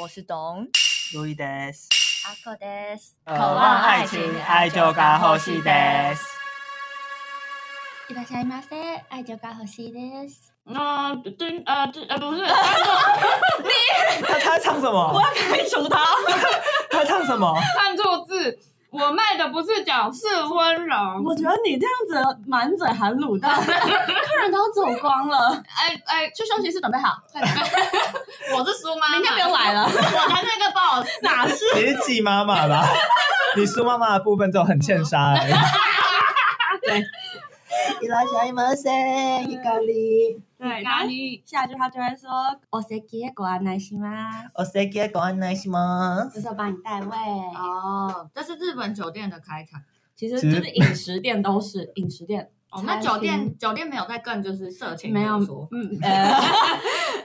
我是董路易德斯，阿克德斯，渴望爱情，爱就该好西德斯。いらっしゃいませ、愛情が欲しいです。那对呃对呃不是，他他他唱什么？开除他，他唱什么？看错字。我卖的不是脚，是温柔。我觉得你这样子满嘴含卤蛋， 客人都走光了。哎哎，去休息室准备好，快点，我是苏妈妈，明天不用来了。我才那个 boss。哪是？你是季妈妈吧？你苏妈妈的部分就很欠杀而已。伊拉小伊们谁？伊咖喱。对，然咖后喱，下一句话就会说：“我谁给国安耐心吗我谁给ご案内しま？”就是要帮你代位。哦，这是日本酒店的开场。 其实就是饮食店都是饮食店，哦，那餐酒厅店酒店没有再更就是色情没有的说，嗯 呃，哦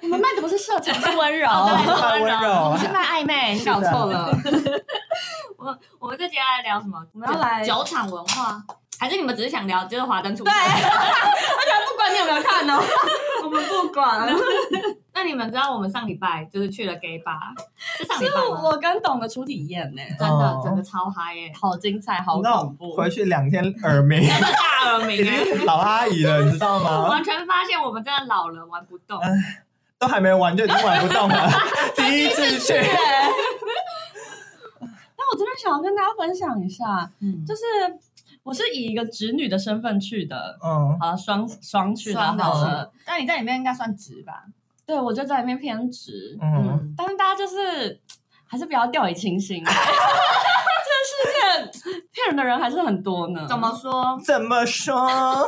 我们卖的不是色情，是温柔，太温柔不是卖暧 昧，搞错了。我我们这节来聊什么？我们要来酒场文化，还是你们只是想聊就是华灯初上？不管你有没有看哦， 我们不管。那你们知道我们上礼拜就是去了 gay bar，是上礼因拜为吗？ 我跟董的初体验呢，真哦的整个超嗨耶，好精彩，好那恐我怖。回去两天耳鸣，大耳鸣已耶，经老阿姨了，你知道吗？完全发现我们真的老了，玩不动。都还没玩就已经玩不动了，第一次去。对。那我真的想要跟大家分享一下，嗯，就是我是以一个直女的身份去的，嗯，好双双去的双的好了。那你在里面应该算直吧？对，我就在里面偏直，嗯，但是大家就是还是不要掉以轻心。 这个世界骗人的人还是很多呢。怎么？说？怎么说？哦，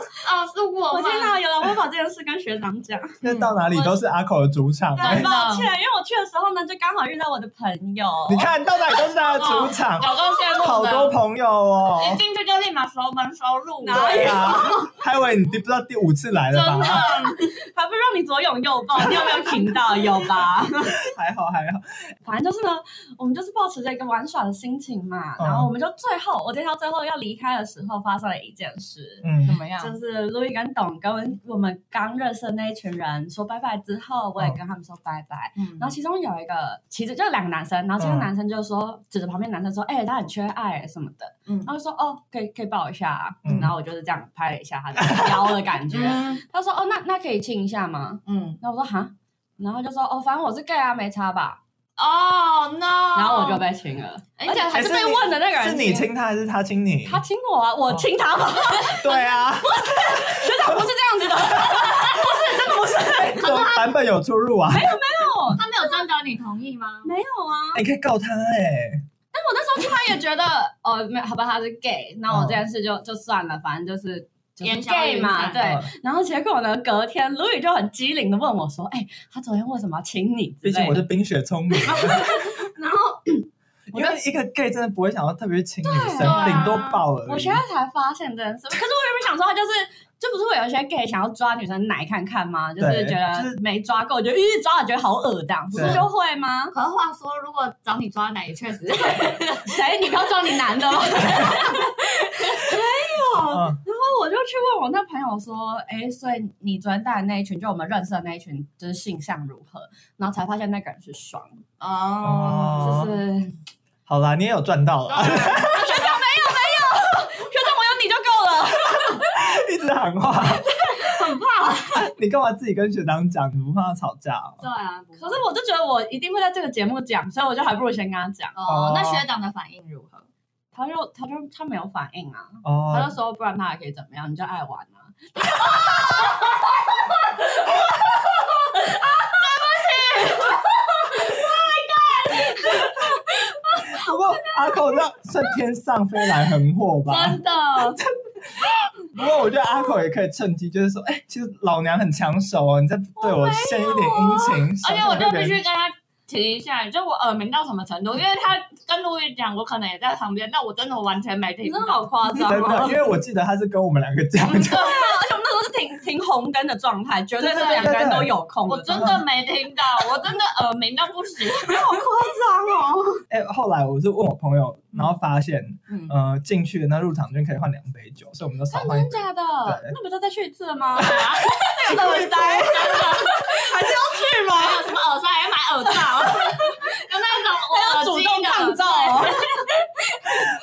是我我吗？天哪！有人会把这件事跟学长讲。那到哪里都是阿口的主场。嗯哎对，抱歉，因为我去的时候呢，就刚好遇到我的朋友。你看到哪里都是他的主场，有够羡慕的好多朋友哦。一进去就立马熟门熟路，对啊，还以为你不知道第五次来了真吧？的。还不让你左拥右抱，你有没有听到？有吧？ 还好还好，反正就是呢，我们就是抱持着一个玩耍的心情嘛，嗯然后我们就最后，我这到最后要离开的时候，发生了一件事，嗯，么样就是路易跟董跟我们刚认识的那一群人说拜拜之后，我也跟他们说拜拜。嗯然后其中有一个，其实就两个男生，然后这个嗯男生就说、指着旁边男生说：“哎、他很缺爱什么的。”嗯然后就说：“哦，可以可以抱一下、啊。嗯然后我就是这样拍了一下他 的腰的感觉。 他说：“哦，那那可以亲一下吗？”嗯，然后我说哈，然后就说哦，反正我是 gay 啊，没差吧。哦 no，然后我就被亲了，哎而且还是被问的那个人是你，亲他还是他亲你？他亲我啊，我亲他嘛，对啊， 学长不是这样子的，版本有出入啊，他没有征得你同意吗？ 没有啊。你可以告他哎，但我那时候他也觉得哦，没有好吧，他是 gay，那我这件事就就算了，反正就是。就是烟消 gay 嘛，云散对。嗯然后结果呢，隔天卢宇就很机灵的问我说：“哎、他昨天为什么要亲你之毕竟类我的是冰雪聪明， 然 后因为一个 gay 真的不会想要特别亲女对生，啊顶多抱而已。我现在才发现这件事，可是我原本想说，他就是，这不是会有一些 gay 想要抓女生奶看看吗？就是对觉就得是没抓够，就一直抓了觉得好恶这样，不是对就会吗？可是话说，如果找你抓奶，也确实 是谁？你不要装你男的哦。没有，嗯，然后我就去问我那朋友说，哎，所以你昨天带的那一群，就我们认识的那一群，就是性向如何？然后才发现那个人是双，哦。哦就是好啦，你也有赚 到了，啊学长没有没有，学长我有你就够了。 一直喊话，很怕。 你干嘛自己跟学长讲？你不怕吵架哦？对啊，可是我就觉得我一定会在这个节目讲，所以我就还不如先跟他讲。哦，那学长的反应如 何？他就他就他没有反应啊，他哦就，说不然他还可以怎么样？你就爱玩啊。不过阿口那算天上飞来横祸 吧？ 的，不过我觉得阿口也可以趁机，就是说，哎、其实老娘很抢手哦，你再对我献一点殷勤。而且小哎我心就别必人须跟他提一下，就我耳鸣到什么程度，因为他跟路易讲，我可能也在旁边，但我真的完全没你听真到。的好夸张真的，哦！因为我记得他是跟我们两个讲的， 而且我们那时候是停停红灯的状态，绝对是两个人都有空我真的没听到，我真的耳鸣到不行。 夸张哦！哎、后来我是问我朋友，然后发现，嗯呃，进去的那入场券可以换两杯酒，所以我们就少真换一的杯。假的对？那不就再去一次了吗？ 这个耳塞还是要去吗？还有什么耳塞，还买耳罩，要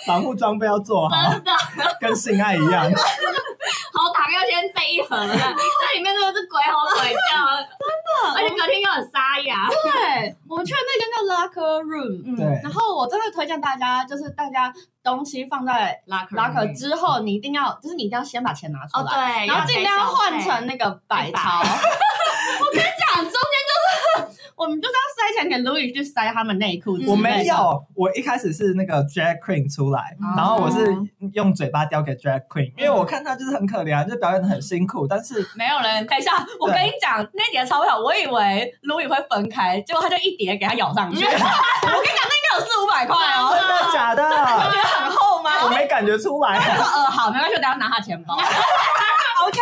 防护装备要做好，真的， 跟性爱一样。喉糖要先备一盒的，这里面真的是鬼吼鬼叫，真的，而且隔天又很沙哑。对，我们去的那间叫 Locker Room，嗯对然后我真的推荐大家，就是大家东西放在拉克 Locker 嗯之后，你一定要，就是你一定要先把钱拿出哦来，对，然后尽量换成那个百钞。 我跟你讲，中间就是我们就是要塞钱给 Louis 去塞他们内裤之类的，我没有，我一开始是那个 drag queen 出来，哦然后我是用嘴巴叼给 drag queen，因为我看她就是很可怜啊，就表演的很辛苦，但是没有人。等一下，我跟你讲，那叠钞票，我以为 Louis 会分开，结果他就一叠给他咬上去。 我跟你讲，那叠有四五 百块哦，真的假的？你觉得很厚吗？我没感觉出来，说呃好，没关系，我等下拿他钱包。OK，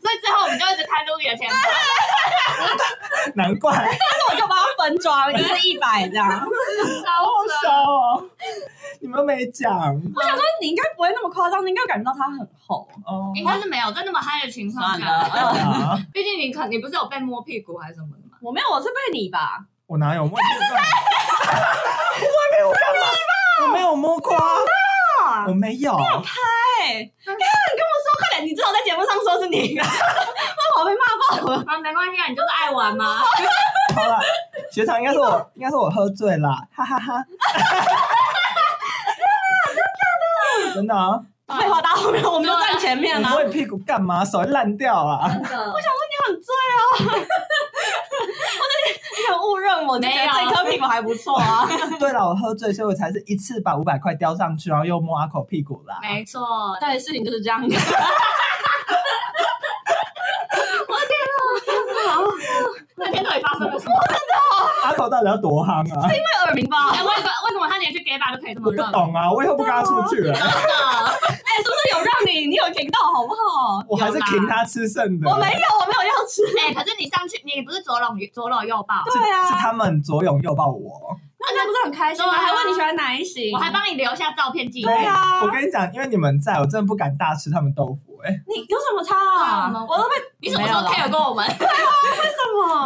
所以最后我们就一直贪露的钱包，难怪，那我就帮他分装，一次一百这样。好超扯。笑哦！你们没讲但 是你应该不会那么夸张，你应该感觉到他很厚。哦。应该是没有，在那么嗨的情况下，了，啊毕竟你可你不是有被摸屁股还是什么的吗？我没有，我是被你吧？我哪有摸？我没 有干嘛？我没有摸过啊，我没有。哎，你看你跟我说快点，你至少在节目上说是你，我好被骂爆了。啊，没关系啊，你就是爱玩嘛。好了，学长应该是我，应该是我喝醉啦，哈哈哈。真的啊！废话，大家后面我们都站前面你啊。摸你屁股干嘛？手会烂掉 啊！真的，很醉啊！我真的很误认我，就觉得这颗屁股还不错啊。对了，我喝醉，所以我才是一次把五百块叼上去，然后又摸阿口屁股啦。没错，对，事情就是这样的。那天到底发生了什么？阿口到底要多夯啊？被耳鸣吧？哎，为什么为什么他连去 gay 吧都可以这我么不热？懂啊，我以后不跟他出去了，哎、是不是有让你？你有听到好不好？我还是有啦请他吃剩的。啊我没有，我没有要吃。哎，可是你上去，你不是左搂左搂右抱，对啊是他们左拥右抱我。那你不是很开心吗？对啊还问你喜欢哪一型？我还帮你留下照片纪念。对啊我跟你讲，因为你们在，我真的不敢大吃他们豆腐。哎，你有什么差对啊我啊？们我都被你什么时候没有啦 care 过我们？哎什么？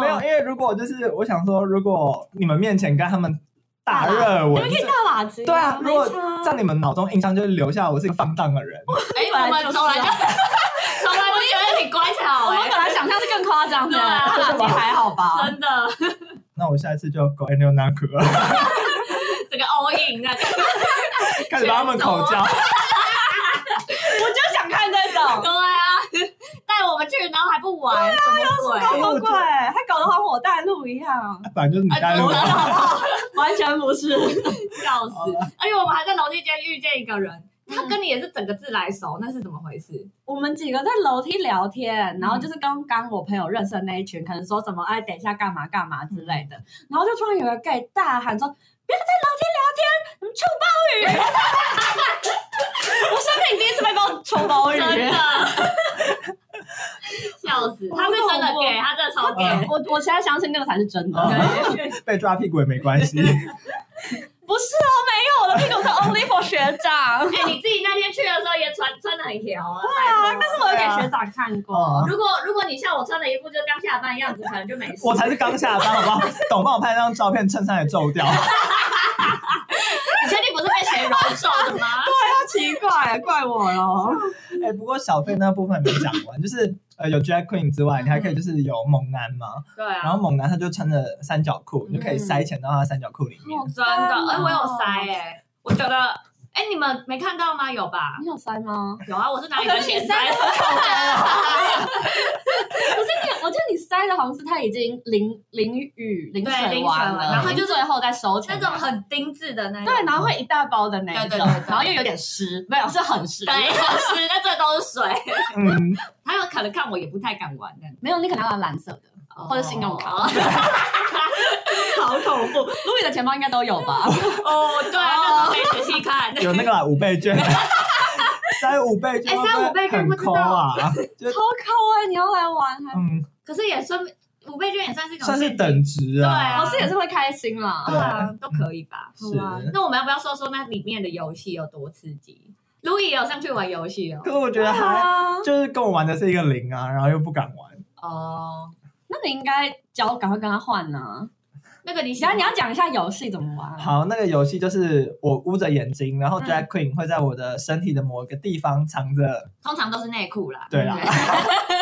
没有，因为如果就是我想说，如果你们面前跟他们大热你吻们可，以大喇叭。对啊，如果没差在你们脑中印象就是留下我是一个放荡的人，哎，我们从来就从来不觉得你乖巧我 们哎本，来想象是更夸张的，对啊大喇叭还好吧？真的，那我下一次就 go and you knock 了，这个 all in 那个，开始把他们口交。我就想看这种。对啊，带我们去，然后还不玩，什么鬼？搞搞魔鬼鬼，还搞得好像我带路一样，反正就是你带路哎真的完全不是。笑死好！而且我们还在楼梯间遇见一个人，他跟你也是整个自来熟，那是怎么回事？我们几个在楼梯聊天，然后就是刚刚我朋友认识的那一群，可能说什么哎，等一下干嘛干嘛之类的，然后就突然有个 gay 大喊说：“不要在楼梯聊天，你们臭鲍鱼！” 我生平第一次被包臭鲍鱼真，的， 笑死！他是真的给，他真的超给。 我我现在相信那个才是真的。嗯被抓屁股也没关 系。不是哦，没有，我的屁股是 only for 学长。哎，你自己那天去的时候也穿穿的很条 啊。啊，拜托但是我有给学长看过哦。如果如果你像我穿了一副就刚下班的样子，可能就没事。我才是刚下班，好不好？懂帮我拍张照片，衬衫也皱掉。 哎你确定不是被谁揉皱的吗？太奇怪了，怪我喽。哎、不过小费那部分没讲完，就是呃有 drag queen 之外，你还可以就是有猛男嘛， 对然啊，后猛男他就穿着三角裤，嗯你就可以塞钱到他的三角裤里面。真的，哎，我有塞哎，我觉得，哎，你们没看到吗？有吧？你有塞吗？有啊，我是拿你的钱塞的。我记得你塞的好像是它已经淋淋雨淋对水淋水完了，完然后就最后再收起那来种很精致的那种。对，然后会一大包的那一种，对对对对然后又有点湿，没有是很湿， 对，都是，但这都是水。嗯， 他有可能看我也不太敢玩的，没有你可能要蓝色的。哦或者信用卡，好恐怖！露比的钱包应该都有 吧？哦，对啊，那时候没仔细看。有那个啦，五倍券， 塞五倍券，哎塞五倍券很不知道抠啊，就超抠哎、你要来玩还？嗯，可是也算五倍券也算是一种算是现金等值对啊老师也是会开心啦。对啊，都可以吧？是。好啊那我们要不要说说那里面的游戏有多刺激？路易也有啊上去玩游戏哦可。是我觉得还就是跟我玩的是一个零啊，然后又不敢玩，哦，那你应该交，赶快跟他换呢、那个你喜然后欢你要讲一下游戏怎么玩。好，那个游戏就是我捂着眼睛，嗯然后 drag queen 会在我的身体的某个地方藏着，通常都是内裤啦，对啦嗯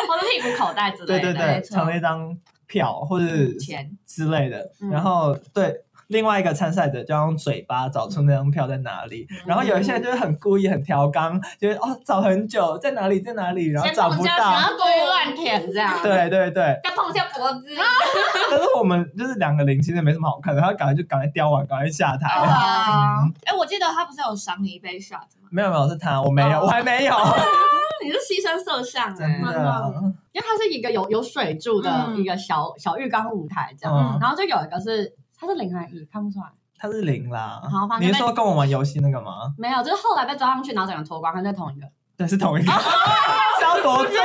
或者屁股口袋之对类的。对没对，错藏了一张票或者钱之类的。嗯然后对另外一个参赛者就要用嘴巴找出那张票在哪里。嗯然后有一些人就是很故意很调纲，就是哦找很久在哪里在哪里，然后先找碰不一下，然到。后故意乱舔这样，对对对，再碰一下脖子， 但是我们就是两个零，其实没什么好看的，然后赶快就赶快叼完，赶快下台。啊！哎，我记得他不是有赏你一杯 shot 吗？没有没有，是他，我没有，哦我还没有，你是牺牲摄像哎、 真的。因为它是一个有有水柱的嗯一个小、小浴缸舞台这样，嗯然后就有一个是它是零还是一，看不出来，他是零啦好反。正你是说跟我玩游戏那个吗？没有，就是后来被抓上去，然后整个脱光，跟在同一个，对，是同一个。 是要多醉？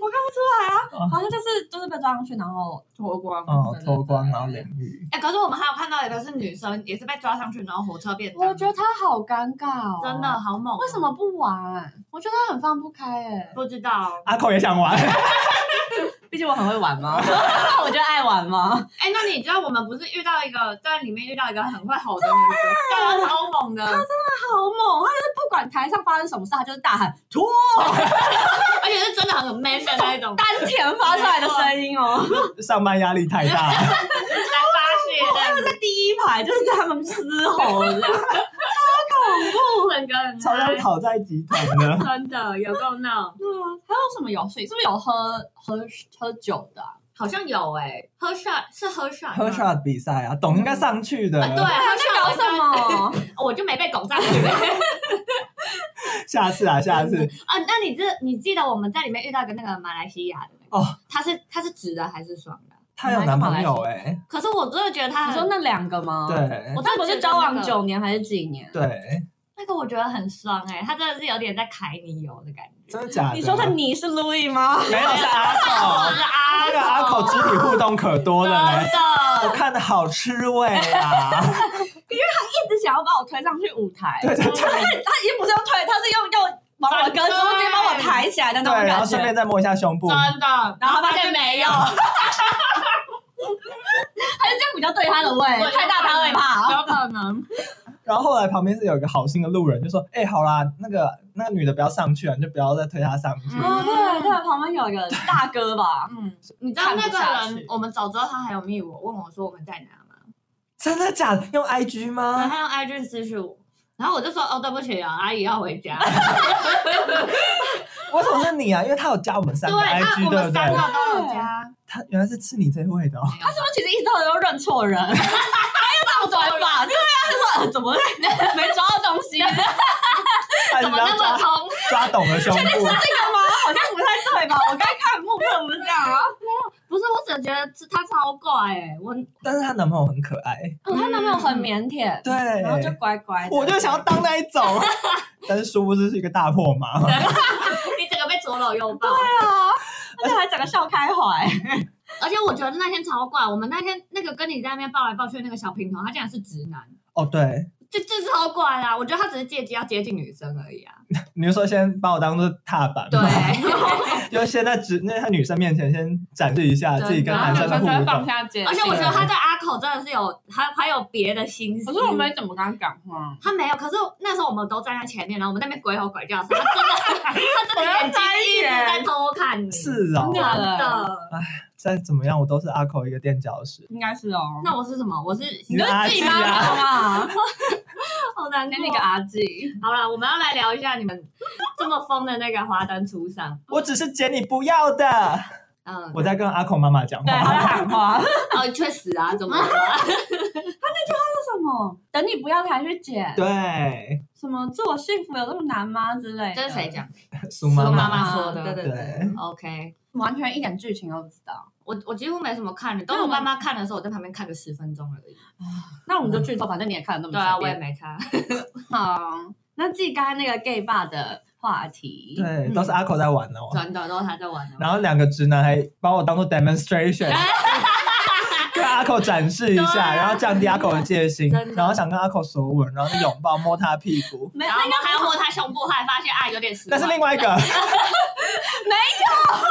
我看不出来哦啊，好像就是就是被抓上去，然后脱光哦，脱光然后淋浴。哎，可是我们还有看到一个是女生，也是被抓上去，然后火车变脏我觉得他好尴尬哦，真的好猛，为什么不玩？我觉得他很放不开哎，不知道？阿口也想玩，毕竟我很会玩嘛， 我就爱玩嘛，哎，那你知道我们不是遇到一个在里面遇到一个很会吼的女 生，对，她超猛的，而好猛！他就是不管台上发生什么事，他就是大喊脱，且是真的很 man 的那 一种，丹田发出来的声音哦。上班压力太大了。来发泄他们在第一排就是他们嘶吼这样，的，整个很超像嗨。讨债集团的 真的有够闹。还有什么游戏？是不是有喝喝喝酒的啊、好像有哎、喝 shot 是喝 shot，吗喝 shot 比赛啊，董应该上去的。啊对，还喝在 shot 搞什？么？我就没被拱上去。 下次啊，下次啊，那你这你记得我们在里面遇到一个那个马来西亚的那个，哦，他是他是直的还是双的？她有男朋友哎，可是我真的觉得他你很说那两个吗？，对我这不真是的觉得交往那个九年还是几年？对，那个我觉得很爽哎、他真的是有点在揩你油的感觉。真的假的？你说的你是 Louis 吗？没哦有是阿我口，的阿那个阿口肢体互动可多真了嘞，我的，看的好吃味 啊！一直想要把我推上去舞台，对对他他已经不是要推，他是用用往我的胳肢直接把我抬起来的那对，种然后感顺觉。便再摸一下胸部，真的，然后发现没有， 还是这样比较对他的胃，太大他会怕。有可能。然后后来旁边是有一个好心的路人就说：“哎，好啦，那个那个女的不要上去啊了，你就不要再推她上去。嗯哦，对对，旁边有一个大哥吧，嗯，你知道那看个不下人去，我们走之后，他还有密我，问我说我们在哪吗？”真的假的？用 IG 嗯然吗？后他用 IG 私讯我，然后我就说哦，对不起啊，阿姨要回家。为什么是你啊？因为她有加我们三对，个他 IG，我对们不三对？个都有加。她原来是吃你这味的哦。他是不是其实一直都有认错 人？还有倒转 法，对啊，他说呃怎么没抓到东西？哎 怎你么不要那抓么通？抓懂了胸部， 这个吗？好像不太 对吧？我刚看目测不是这样啊。不是，我只觉得这他超怪哎、我但是她男朋友很可爱，哦，她男朋友很腼腆，对，然后就乖乖的。我就想要当那一 种，但是殊不知是一个大破马。你整个被左搂右抱。对啊，而且还整个笑开怀。而且我觉得那天超怪，我们那天那个跟你在那边抱来抱去的那个小平头，他竟然是直男，哦，对，这这超怪啊啦、我觉得他只是借机要接近女生而已啊。你就说先把我当做踏板对，嘛， 就先在直那在女生面前先展示一下自己跟对男生的互动。下戒而且我觉得他对阿口真的是有还还有别的心思。怎么跟他讲话。 他没有，可是那时候我们都站在前面，然后我们在那边鬼吼鬼叫的时候，他真的，他 真的眼睛一直在偷看你，是真哦，真的的。再怎么样我都是阿口一个垫脚石。应该是 哦那我是什么？我是你是阿纪啊啊， 好难过。那个阿纪，好了，我们要来聊一下你们这么疯的那个华灯初上。我只是捡你不要的，嗯，我在跟阿口妈妈讲对，他在话。喊话。是哦，确实啊，怎么了？什么？等你不要才去捡。对，什么自我幸福有这么难吗之类的？这是谁？讲？苏妈苏妈，妈妈说的对对对对， ？OK，完全一点剧情都不知道。我我几乎没什么看的，都那是我我们爸妈看的时候，我在旁边看个十分钟而已。那我们就剧透，反正你也看得那么对啊，随我便也没差。好，那继刚才那个 gay 爸的话题，嗯对，都是阿口在玩哦。转头都是他在玩的。然后两个直男还把我当做 demonstration，跟阿口展示一对下，啊然后降低阿口的戒心真的，然后想跟阿口索吻，然后就拥抱摸他屁股。没有然后我们还要摸他胸部，后来发现啊有点失那望。是另外一个，没有。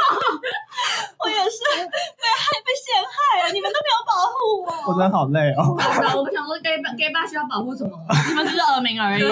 我也是 被害被陷害了，你们都没有保护我。我真的好累哦。我不想说 gay bar- gay 爸需要保护什么， 你们只是耳鸣而已。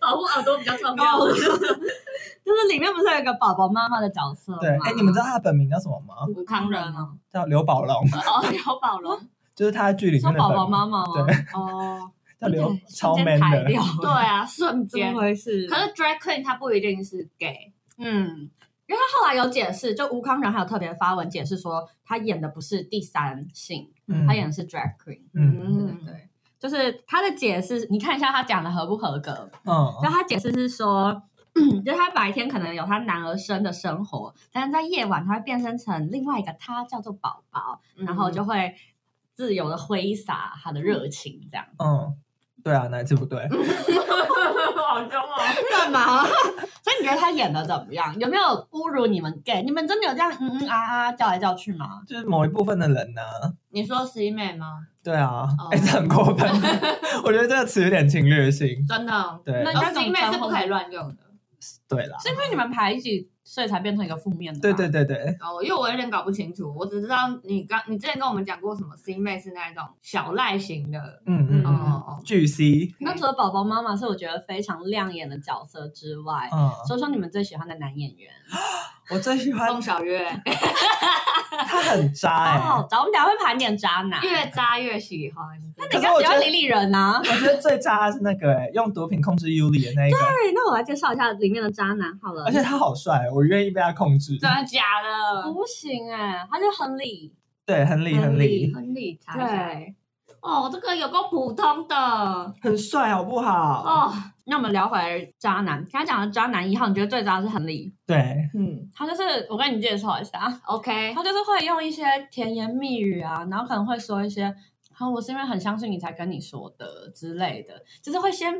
保护耳朵比较重 要。哦就是里面不是有一个宝宝妈妈的角色吗？对，哎，你们知道他本名叫什么吗？武康人啊，叫刘宝龙，哦，刘宝 龙，就是他在剧里说面的宝本宝名，妈妈吗？对，哦，叫刘对超瞬 man 间抬的。掉， 对啊，瞬怎间。么回事？可是 drag queen 他不一定是 gay，嗯，因为他后来有解释，就吴康仁还有特别发文解释说，他演的不是第三性，嗯他演的是 drag queen。嗯对对对，就是他的解释，你看一下他讲的合不合格。嗯就他解释是说，嗯就是他白天可能有他男儿身的生活，但是在夜晚他会变身成另外一个他，叫做宝宝，嗯然后就会自由的挥洒他的热情，这样。嗯，对啊，哪一次不对？嗯好凶哦。干嘛？ 所以你觉得他演的怎么样？有没有侮辱你们 gay？你们真的有这样嗯嗯啊啊叫来叫去吗？就是某一部分的人呢、你说 C 妹吗？对啊哦，哎、这很过 分。我觉得这个词有点侵略性。真的，对那，然后 C 妹是不可以乱用的。对啦，是因为你们排挤，所以才变成一个负面的。对对。对对，哦，因为我有点搞不清楚，我只知道你刚你之前跟我们讲过什么 C 妹是那种小赖型的。嗯嗯哦嗯，哦，巨 C，那除了宝宝妈妈是我觉得非常亮眼的角色之外，嗯，说说你们最喜欢的男演员。我最喜欢宋小月他很渣哎、哦，找我们俩会盘点渣男。越渣越喜欢，那你可刚是我喜觉欢得李李人呐、啊？欸我觉得最渣的是那个哎、用毒品控制 Yuli 的那一个，对，那我来介绍一下里面的渣男好了。而且他好帅，我愿意被他控制。真的假的？不行哎、他就亨利，对，亨利，亨亨利利很理查一下对。哦，这个有够普通的很帅，好不好？哦，那我们聊回来渣男，刚才讲的渣男一号，你觉得最渣的是亨利？对，嗯他就是我跟你介绍一下， ，OK，他就是会用一些甜言蜜语啊，然后可能会说一些“啊，我是因为很相信你才跟你说的”之类的，就是会先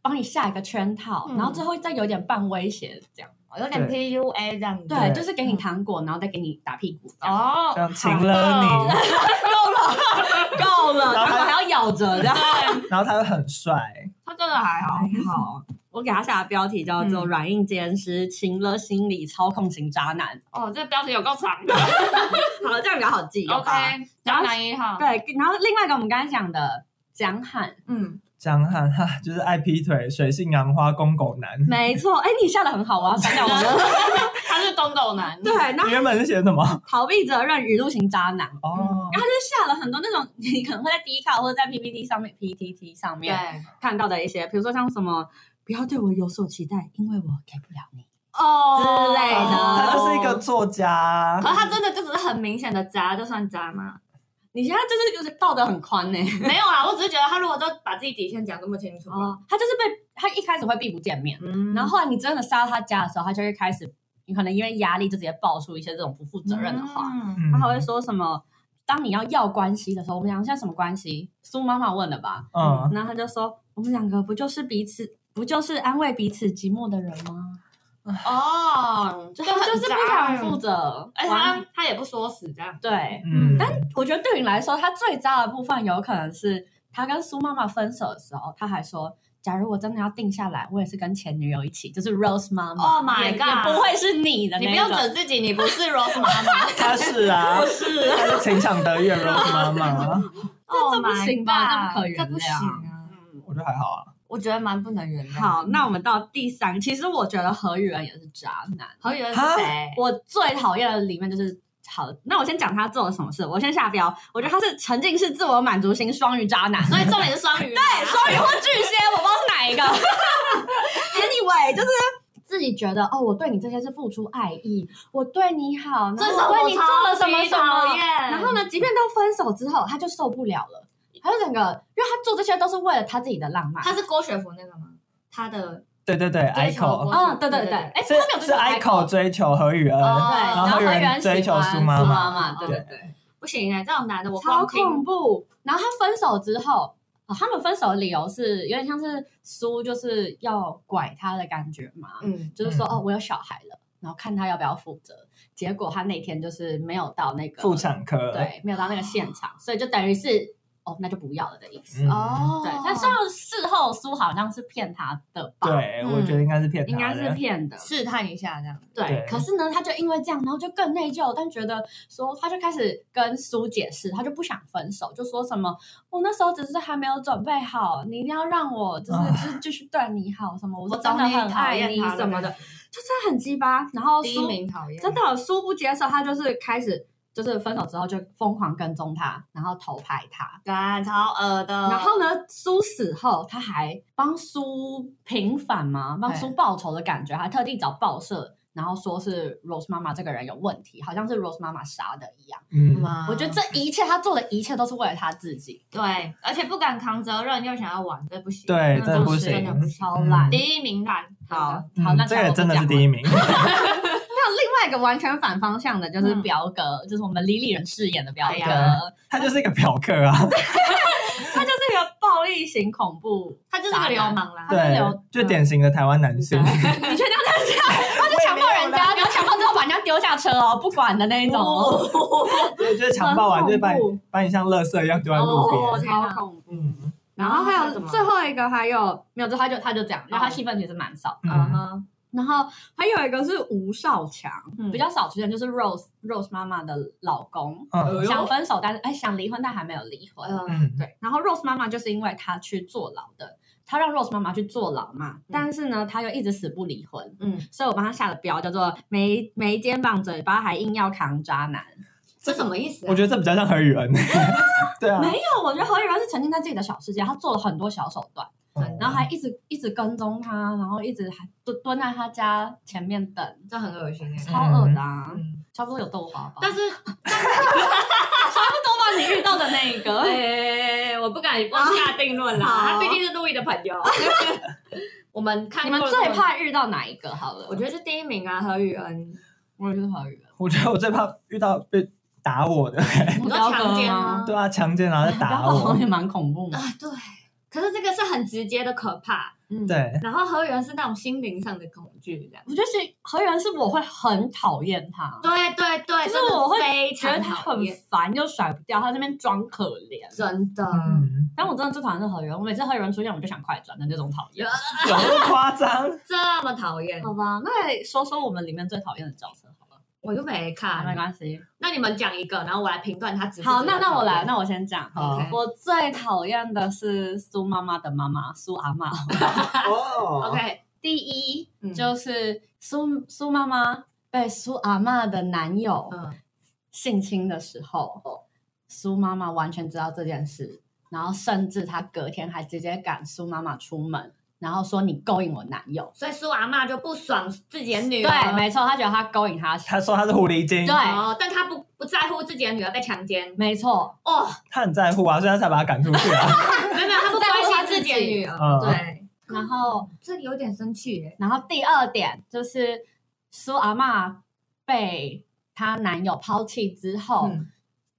帮你下一个圈套，嗯然后最后再有点半威胁这样。有点对 PUA 这样子。对，对就是给你糖果，然后再给你打屁股。这样，哦，这样亲了哦好的你，够了，然糖后果他还要咬着这样。然后他又很帅，他真的还好。还好，我给他下的标题叫做“嗯软硬兼施，情了心理操控型渣男 哦，这个标题有够长 的。”。好，这样比较好记。有 OK，吧渣男一号。对，然后另外一个我们刚才讲的江汉，嗯，江汉哈，就是爱劈腿、水性杨花、公狗男。 没错，哎，你下的很好， 我要删掉我的。他是东狗男。对，然你后原本是写什么？逃避责任、语录型渣男，哦，然后他就是下了很多那种你可能会在 D 卡或者在 PPT 上面、PTT 上对面看到的一些，比如说像什么“不要对我有所期待，因为我给不了你哦之类的他就是一个作家可。是他真的就只是很明显的渣，就算渣吗？”。 你现在就是就是道德很宽呢、没有啦，我只是觉得他如果都把自己底线讲这么清楚， 哦，他就是被他一开始会避不见面，嗯然后后来你真的杀到他家的时候，他就会开始，你可能因为压力就直接爆出一些这种不负责任的话，嗯嗯他还会说什么？当你要要关系的时候，我们俩现在什么关系？苏妈妈问的吧，嗯，然后他就说，我们两个不就是彼此，不就是安慰彼此寂寞的人吗？哦，就欸就他就是不想负责，责，而且哎他他也不说死这样。对。嗯，但我觉得对你来说，他最渣的部分有可能是他跟苏妈妈分手的时候，他还说：“假如我真的要定下来，我也是跟前女友一起，就是 Rose 妈妈。 Oh my 也 god 也不会是你的你那不一种要整自己，你不是 Rose 妈 妈他是啊，是他是情场得月 Rose 妈妈， ，Oh 这不 my 行吧这不 god，可原谅这不行啊！我觉得还好啊。我觉得蛮不能原谅。好，那我们到第三个，其实我觉得何宇文也是渣男。啊何宇恩是哈谁？我最讨厌的里面就是。好，那我先讲他做了什么事。我先下标，我觉得他是沉浸式自我满足型双鱼渣男，所以重点是双鱼，对，双鱼或巨蟹，我不知道是哪一个。anyway，就是自己觉得哦，我对你这些是付出爱意，我对你好，然这后是我为你做了什么什么。然然后呢，即便到分手之后，他就受不了了，他就整个，因为他做这些都是为了他自己的浪漫。他是郭雪芙那个吗？他的对对对追求的，Ico 过程嗯，对对对，哎，是他没有追是求 Ico 追求何雨恩，哦对，然后后何人源追求苏妈妈妈对对对，不行哎，这种男的我超光听恐怖。然后他分手之后。哦、他们分手的理由是有点像是苏就是要拐他的感觉嘛，嗯，就是说、嗯哦，我有小孩了，然后看他要不要负责。结果他那天就是没有到那个妇，产科，对，没有到那个现场，所以就等于是哦，那就不要了的意思。嗯，哦哦对，但虽然事后苏好像是骗他的吧，对，嗯我觉得应该是骗他的，应该是骗的。试探一下这样。对，对可是呢，他就因为这样，然后就更内疚，但觉得说，他就开始跟苏解释，他就不想分手，就说什么我那时候只是还没有准备好，你一定要让我就是啊就是继续对你好什么，我我是真的懂你很讨爱厌你他了什么的，就真的很鸡巴。然后第一苏名讨厌，真的苏不接受，他就是开始就是分手之后就疯狂跟踪他，然后偷拍他，干超恶的。然后呢，苏死后，他还帮苏平反嘛，帮苏报仇的感觉，还特地找报社，然后说是 Rose 妈妈这个人有问题，好像是 Rose 妈妈杀的一样。嗯，嘛，我觉得这一切他做的一切都是为了他自己，对，而且不敢扛责任，又想要玩，这不行。嗯对，真的不真的行，超烂。第一名烂，好好，嗯好，那这个真的是第一。一名， 那另外一个完全反方向的就是嗯表哥，就是我们李李仁饰演的表哎哥，呀他就是一个嫖客啊，他就是一个暴力型恐 怖，他就是个流氓啦。 他是对有，嗯就典型的台湾 男性，你确定要这样？他就强暴人家，然后强暴之后把人家丢下车哦，不管的那一种哦。对，就是强暴完就是把你很恐怖把你像垃圾一样丢在路哦，边，天哪超恐怖。嗯然后还还有有什么最后一个，还有没有？就他就他就这样，然哦后他戏份其实蛮少。嗯嗯，哼，然后还有一个是吴少强，嗯比较少出现，就是 Rose Rose 妈妈的老公，哎嗯想分手，但是哎想离婚，但还没有离婚。嗯，对，然后 Rose 妈妈就是因为他去坐牢的，他让 Rose 妈妈去坐牢嘛，但是呢，他又一直死不离婚，嗯，所以我帮他下的标叫做没没肩膀嘴巴还硬要扛渣男。这什么意思啊我？觉得这比较像何宇文， 对啊，没有，我觉得何雨文是沉浸在自己的小世界，他做了很多小手段，嗯然后还一直一直跟踪他，然后一直还蹲蹲在他家前面等，这很恶心哎。超恶的、啊，嗯差不多有豆花吧，但是， 都把你遇到的那一个。哎，我不敢妄下定论啦，好他毕竟是路易的朋 友。 我们看你过们最，怕遇到哪一个？好了，我觉得是第一名啊，何宇恩。我就是何 雨文，我觉得我最怕遇到被打我的，你你说彪强哥奸吗 吗？对啊，强奸然后再彪打哥好我像，也蛮恐怖的啊。，对。可是这个是很直接的可怕，嗯，。对，然后何源是那种心灵上的恐惧，这样。我觉得是何源是我会很讨厌他，对对对，就是真的我会非觉得常他讨很厌，烦，又甩不掉，他这边装可怜。真的。嗯，但我真的最讨厌是何源，我每次何源出现我就想快转的那种讨厌。怎么那么夸张？这么讨 厌，好吧，那来说说我们里面最讨厌的角色好了，我就没啊，没看。关系。那你们讲一个，然后我来评断他值不值得好，那那我来，讨厌。那我先讲。好我最讨厌的是苏妈妈的妈妈苏阿妈。哦 OK，第一、嗯就是苏苏妈妈被苏阿妈的男友嗯，性侵的时候，苏妈妈完全知道这件事，然后甚至她隔天还直接赶苏妈妈出门，然后说你勾引我男友。所以苏阿嬷就不爽自己的女儿，哦对，没错，她觉得她勾引她。他说他是狐狸精，对，哦，但他不不在乎自己的女儿被强奸，没错，哦，他很在乎啊，所以他才把他赶出去 啊。没有没有，他不在乎关他心自己自己的女啊儿，嗯对，然后这个有点生气耶，然后第二点就是苏阿嬷被她男友抛弃之后。嗯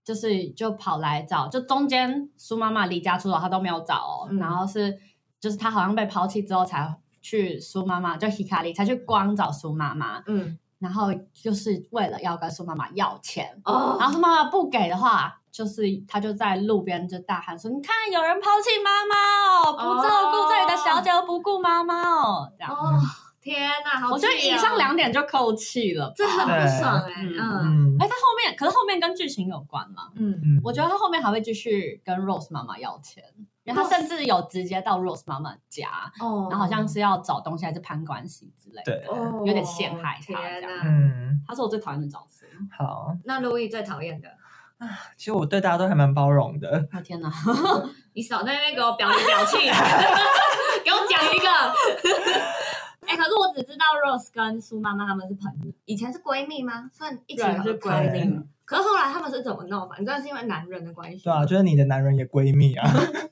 就是就跑来找，就中间苏妈妈离家出走，她都没有找哦。嗯然后是就是她好像被抛弃之后才去苏妈妈，就 Hikari 才去光找苏妈妈，嗯，然后就是为了要跟苏妈妈要钱，哦，然后苏妈妈不给的话。就是她就在路边就大喊说：“你看，有人抛弃妈妈哦，不照顾这里的小姐，不顾妈妈哦。”这样，哦，天哪，好气哦，我觉得以上两点就扣气了吧。这很不爽哎，对嗯嗯哎，她后面可是后面跟剧情有关嘛？嗯，嗯，我觉得他后面还会继续跟 Rose 妈妈要钱，因为他甚至有直接到 Rose 妈妈家，哦，然后好像是要找东西还是攀关系之类的。对，哦有点陷害他天这样哪嗯，他是我最讨厌的角色。好，那路易最讨厌的，其实我对大家都还蛮包容的，我、天哪！你少在那边给我表里表气，给我讲一个。 哎、可是我只知道 Rose 跟苏妈妈她们是朋友，以前是闺蜜吗？算一起对啊是闺闺蜜。可是后来他们是怎么弄？反正是因为男人的关系。对啊，就是你的男人也闺蜜啊，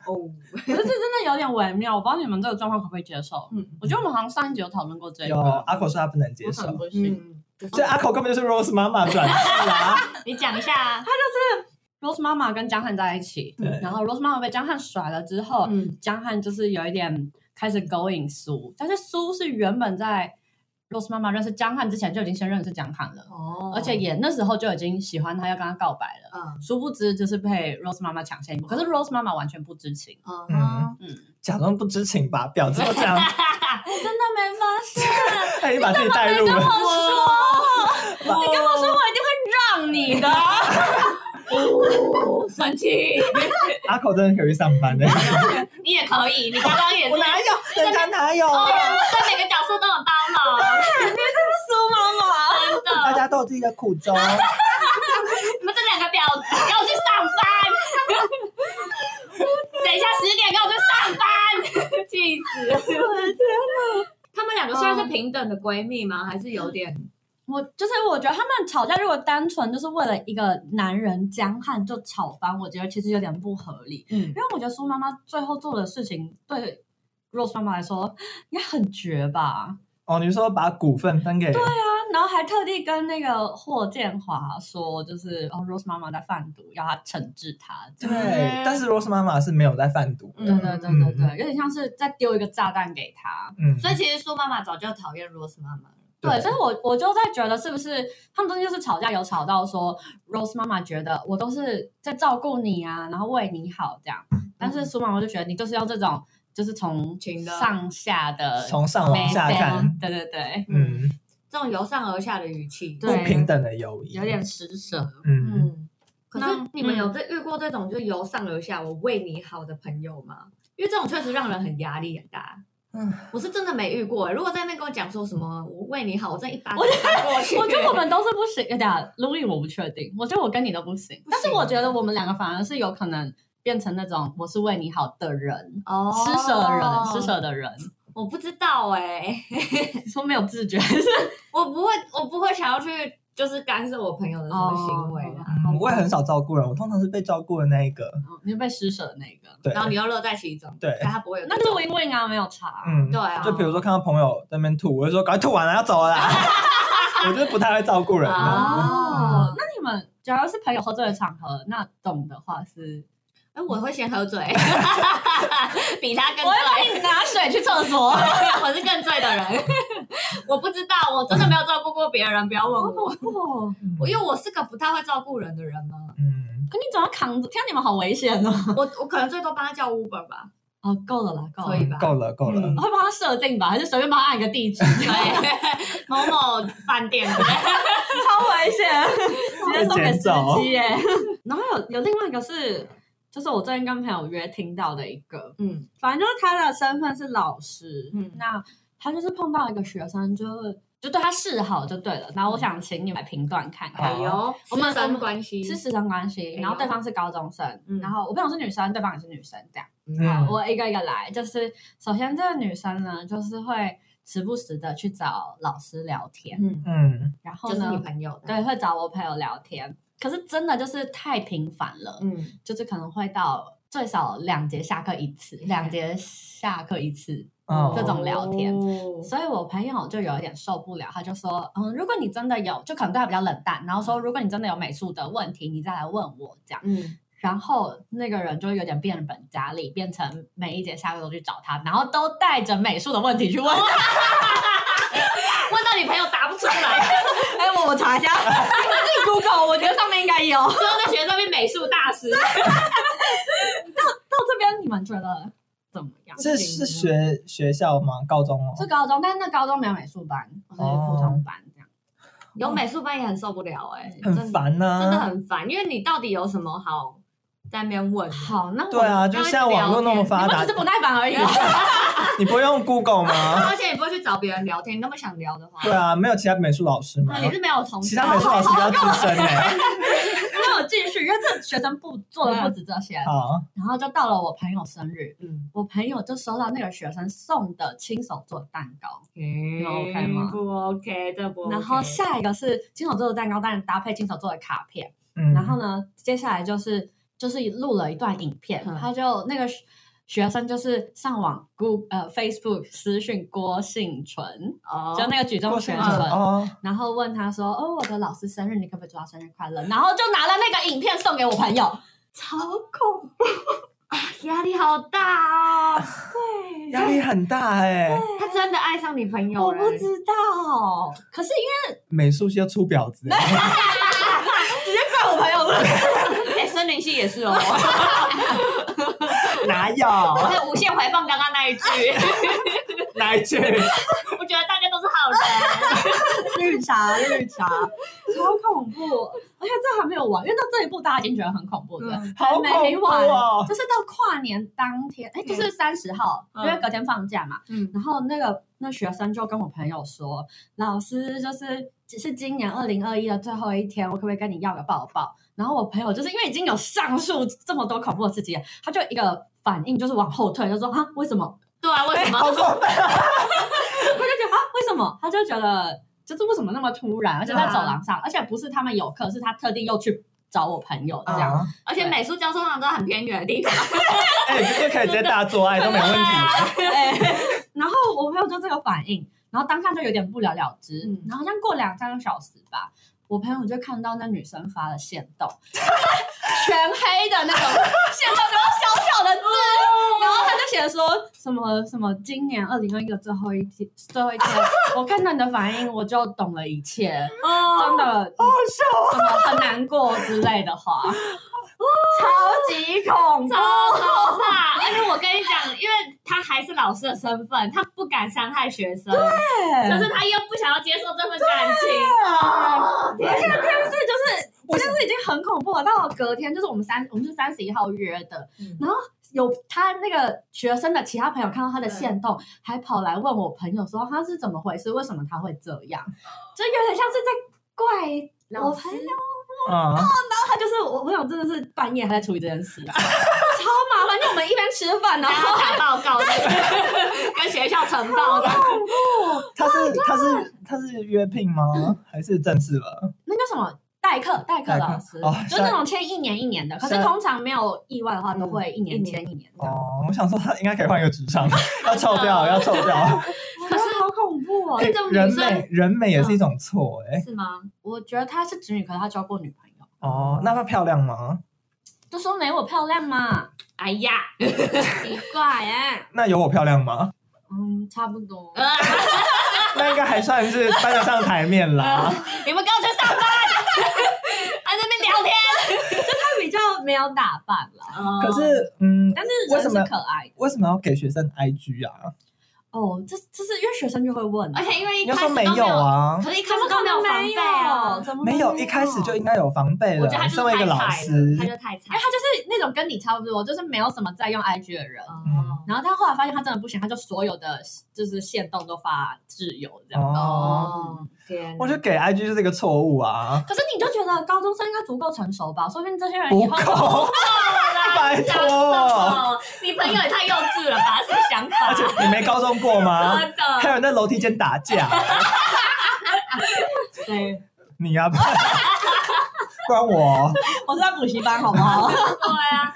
哦，可是这真的有点微妙，我不知道你们这个状况可不可以接受。嗯我觉得我们好像上一集有讨论过这有个，阿口说他不能接我可能受，不行。嗯，就是所以阿口根本就是 Rose 妈妈转世 啊，你讲一下啊。 Rose 妈妈跟江汉在一起，对然后 Rose 妈妈被江汉甩了之后，嗯江汉就是有一点开始勾引苏，但是苏是原本在 Rose 妈妈认识江汉之前就已经先认识江汉了，哦而且也那时候就已经喜欢他，要跟他告白了。嗯哦殊不知就是被 Rose 妈妈抢先一步，可是 Rose 妈妈完全不知情。嗯嗯哼，假装不知情吧，婊子都这样，我 真的没发现， 他已经把自己带入了。我说，你跟我说，我一定会让你的。不生气，阿口真的可以去上班的，你也可以，你刚 刚也我是。哪有？人家哪有？对每个角色都有包容，苏妈妈，真大的。家都有自己的苦衷。你们这两个婊子，给我去上班！等一下十点，给我去上班！气死！我的天他们两个算是平等的闺蜜吗？还是有点？我就是我觉得他们吵架，如果单纯就是为了一个男人江汉就吵翻，我觉得其实有点不合理。嗯因为我觉得苏妈妈最后做的事情对 Rose 妈妈来说应该很绝吧？哦，你说把股份分给？对啊，啊然后还特地跟那个霍建华说，就是哦 Rose 妈妈在贩毒，要他惩治他。对。但是 Rose 妈妈是没有在贩毒，嗯对对对对对，有点像是在丢一个炸弹给他。嗯，所以其实苏妈妈早就讨厌 Rose 妈妈了。对，所以我我就在觉得是不是他们中间就是吵架有吵到说 Rose 妈妈觉得我都是在照顾你啊，然后为你好这样，但是苏妈妈就觉得你就是用这种就是从情的上下的从上往下啊看，，对对对，嗯，这种由上而下的语气，对不平等的友谊，有点施舍，嗯，嗯。可是你嗯们有这遇过这种就由上而下我为你好的朋友吗？因为这种确实让人很压力很大。嗯嗯，我是真的没遇过、如果在那边跟我讲说什么我为你好，我真一巴掌打过去。我觉得我们都是不行，有哎点 Louis 我不确定，我觉得我跟你都不行，但是我觉得我们两个反而是有可能变成那种我是为你好的人，哦，施舍的人，施，舍的人，我不知道哎、说没有自觉 哦是我不会，我不会想要去就是干涉我朋友的什么行为啊。嗯我也很少照顾人，我通常是被照顾的那一个，哦你是被施舍的那个。对嗯然，后你又乐在其中，对但他不会有那就是 win win 啊，没有差。嗯，对啊就比如说看到朋友在那边吐，我就说赶快吐完了要走了啦， 我就是不太会照顾人啊的。哦。那你们假如是朋友喝醉的场合，那懂的话是，哎，我会先喝醉，比他更 我会醉。帮你拿水去厕 所。 我是更醉的人，我不知道，我真的没有照顾过别人，不要问 我。哦，嗯我因为我是个不太会照顾人的人啊嘛，嗯，可你总要扛着，天啊，你们好危险哦。我我可能最多帮他叫 Uber 吧， 哦，够了啦，够可了以。吧嗯够了够了我，会帮他设定吧，还是随便帮他按一个地址？ 对，某某饭店之类的， 超危险， 直接送给司机耶。 然后有有另外一个是，就是我最近跟朋友约听到的一个，嗯，反正就是他的身份是老师，嗯嗯，那他就是碰到一个学生就，会就对他示好就对了。然后我想请你来评断看看，好啊 哎呦，我们师生关系是师生关系，哎呦然后对方是高中生，嗯然后我朋友是女生，对方也是女生，这样。嗯好，我一个一个来，就是首先这个女生呢，就是会时不时的去找老师聊天，嗯，嗯然后就是呢你，朋友的，对，会找我朋友聊天，可是真的就是太频繁了，嗯，就是可能会到最少两节下课一次，两节下课一次，哦这种聊天哦所以我朋友就有一点受不了，他就说，嗯，如果你真的有，就可能对他比较冷淡，然后说，如果你真的有美术的问题，你再来问我这样。嗯，然后那个人就有点变本加厉，变成每一节下课都去找他，然后都带着美术的问题去问。问到你朋友答不出 来，哎，我我查一下， 这 Google 我觉得上面应该有。最后那学生变美术大师，到这边你们觉得怎么样？这是学嗯学校吗？高中哦，是高中，但是那高中没有美术班，就是普通班这样。有美术班也很受不了，哎，很烦啊呐，真的很烦，因为你到底有什么好在那边问？好，那我 对，啊，就像网络那么发你达哦们只，是不耐烦而 已。你不用 Google 吗？而且你不会去找别人聊天，你那么想聊的话，对啊，没有其他美术老师吗那？你是没有同其他美术老师比较资哦深欸呢。那我继续，因为这学生不做的不止这些。好，然后就到了我朋友生日，嗯我朋友就收到那个学生送的亲手做的蛋糕。你们 OK 吗嗯不 OK，这不 OK。然后下一个是亲手做的蛋糕，当然搭配亲手做的卡片。嗯，然后呢，接下来就是就是录了一段影片，嗯他就那个学学生就是上网 Google 呃 Facebook 私讯郭幸存，哦就那个举重过选生手，日哦，然后问他说：“哦，我的老师生日，你可不可以祝他生日快乐？”然后就拿了那个影片送给我朋友，超恐怖。压力好大哦，压力很大哎。 他真的爱上你朋友我了？不知道，可是因美术系要出婊 子、欸，为怪我朋友 了，哎，森林系也是哦，哪 有我可以无限回放刚刚那 一句，哪一句？我觉得大家都是好人。绿茶绿茶， 超恐怖！而且这还没有完，因为到这一步大家已经觉得很恐怖嗯了。好还没恐怖完哦！就是到跨年当天，哎、就是三十号，嗯因为隔天放假嘛。嗯然后那个那学生就跟我朋友说，老师就是只是今年二零二一的最后一天，我可不可以跟你要个抱抱？然后我朋友就是因为已经有上述这么多恐怖的事情了，他就一个反应就是往后退，就说啊为什么？对啊，为什么？好 过分！他就觉得啊为什么？他就觉得就是为什么那么突然，而且在对啊走廊上，而且不是他们有课，是他特地又去找我朋 友这样。啊，而且美术教授上都很偏远的地方，哎，就可以直接大做爱都没问对题。啊对，然后我朋友就这个反应，然后当下就有点不了了之。嗯然后好像过两三个小时吧，我朋友就看到那女生发了线动， 全黑的那种 线动，然后小小的字，然后他就写说什么什么今年二零二一的最后一天，最后一天， 我看到你的反应，我就懂了一切，真哦，的好笑，什么很难过之类的话，超级恐怖。超哦可怕！而且我跟你讲，因为他还是老师的身份，他不敢伤害学生，可是他又不想要接受这份感情，而且天是就是，我就是已经很恐怖了。到隔天就是我们三，我们是三十一号约的，嗯然后有他那个学生的其他朋友看到他的线动，还跑来问我朋友说他是怎么回事，为什么他会这样，就有点像是在怪。我朋友，啊嗯，他就是我朋友，真的是半夜还在处理这件事、啊，超麻烦。就我们一边吃饭，然然后后打报告， 跟学校呈报的。他是他是他是约聘 吗？还是正式了？那叫什么代课代课代课老师，哦就那种签一年一年的，可是像通常没有意外的话，都会一年签一年的。哦，我想说他应该可以换一个职 场，要臭掉，要臭掉。可是好恐怖哦！哎种女人生嗯美人美也是一种错哎。是吗？我觉得她是侄女，可是她交过女朋友，哦，那她漂亮吗？就说没我漂亮嘛，哎呀，奇怪哎，那有我漂亮 吗？嗯，差不多。呃那应该还算是搬得上台面 啦。你们给我去上班，还在那边聊天。她比较没有打扮啦，可是，嗯，但是为人什是么可爱的为什么要给学生 IG 啊？哦。这这是因为学生就会问，啊而且因为一你开要说始都没没有，啊？可是一开始都没有防备怎啊。么可能没有，一开始就应该有防备我了觉得他。就啊身为一个是太老菜师了，他，就太因为她就菜。是那种跟你差不多，就是没有什么在用 IG 的人。嗯然后她后来发现她真的不行，她就所有的就是线动都发自由这样。哦，哦，天哪，我觉得给 IG 就是一个错误啊，可是你就觉得高中生应该足够成熟吧？说不定这些人不以后 够，拜讲什托，么你朋友也太幼稚了吧？是个想法，而且你没高中过吗？真的还有人在楼梯间打架， 对，你呀、 不然不然我 我是在补习班好不好？对啊。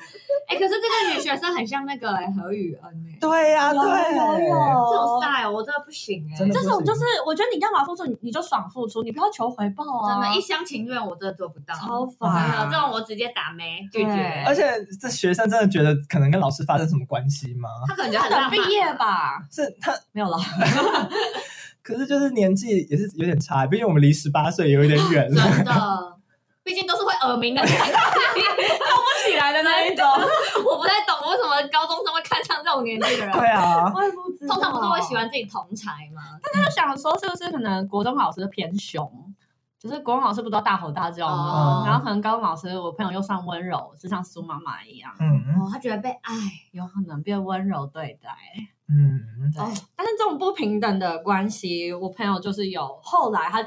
哎，可是这个女学生很像那个哎何雨恩哎，对呀、 有对，有有这种 style 我真的不行哎，真的这种就是，我觉得你要么付出，你你就爽付出，你不要求回报真啊！的，一厢情愿我真的做不到，超真烦。啊的这种我直接打没拒绝对。而且这学生真的觉得可能跟老师发生什么关系吗？他可能觉得他很浪等漫毕业吧？是他，没有了，可是就是年纪也是有点差，毕竟我们离十八岁有一点远 了。真的，毕竟都是会耳鸣的人，起来的那一种，我不太懂为什么高中生会看上这种年纪 的人。对啊， 我也不知道。通常不是会喜，欢自己同才吗？他就想说是不是可能国中老师偏凶，就是国中老师不都大吼大叫吗哦？然后可能高中老师，我朋友又算温柔，就像苏妈妈一样，嗯哦，他觉得被爱，有可能变温柔对待。嗯，对，但是这种不平等的关系，我朋友就是有后来他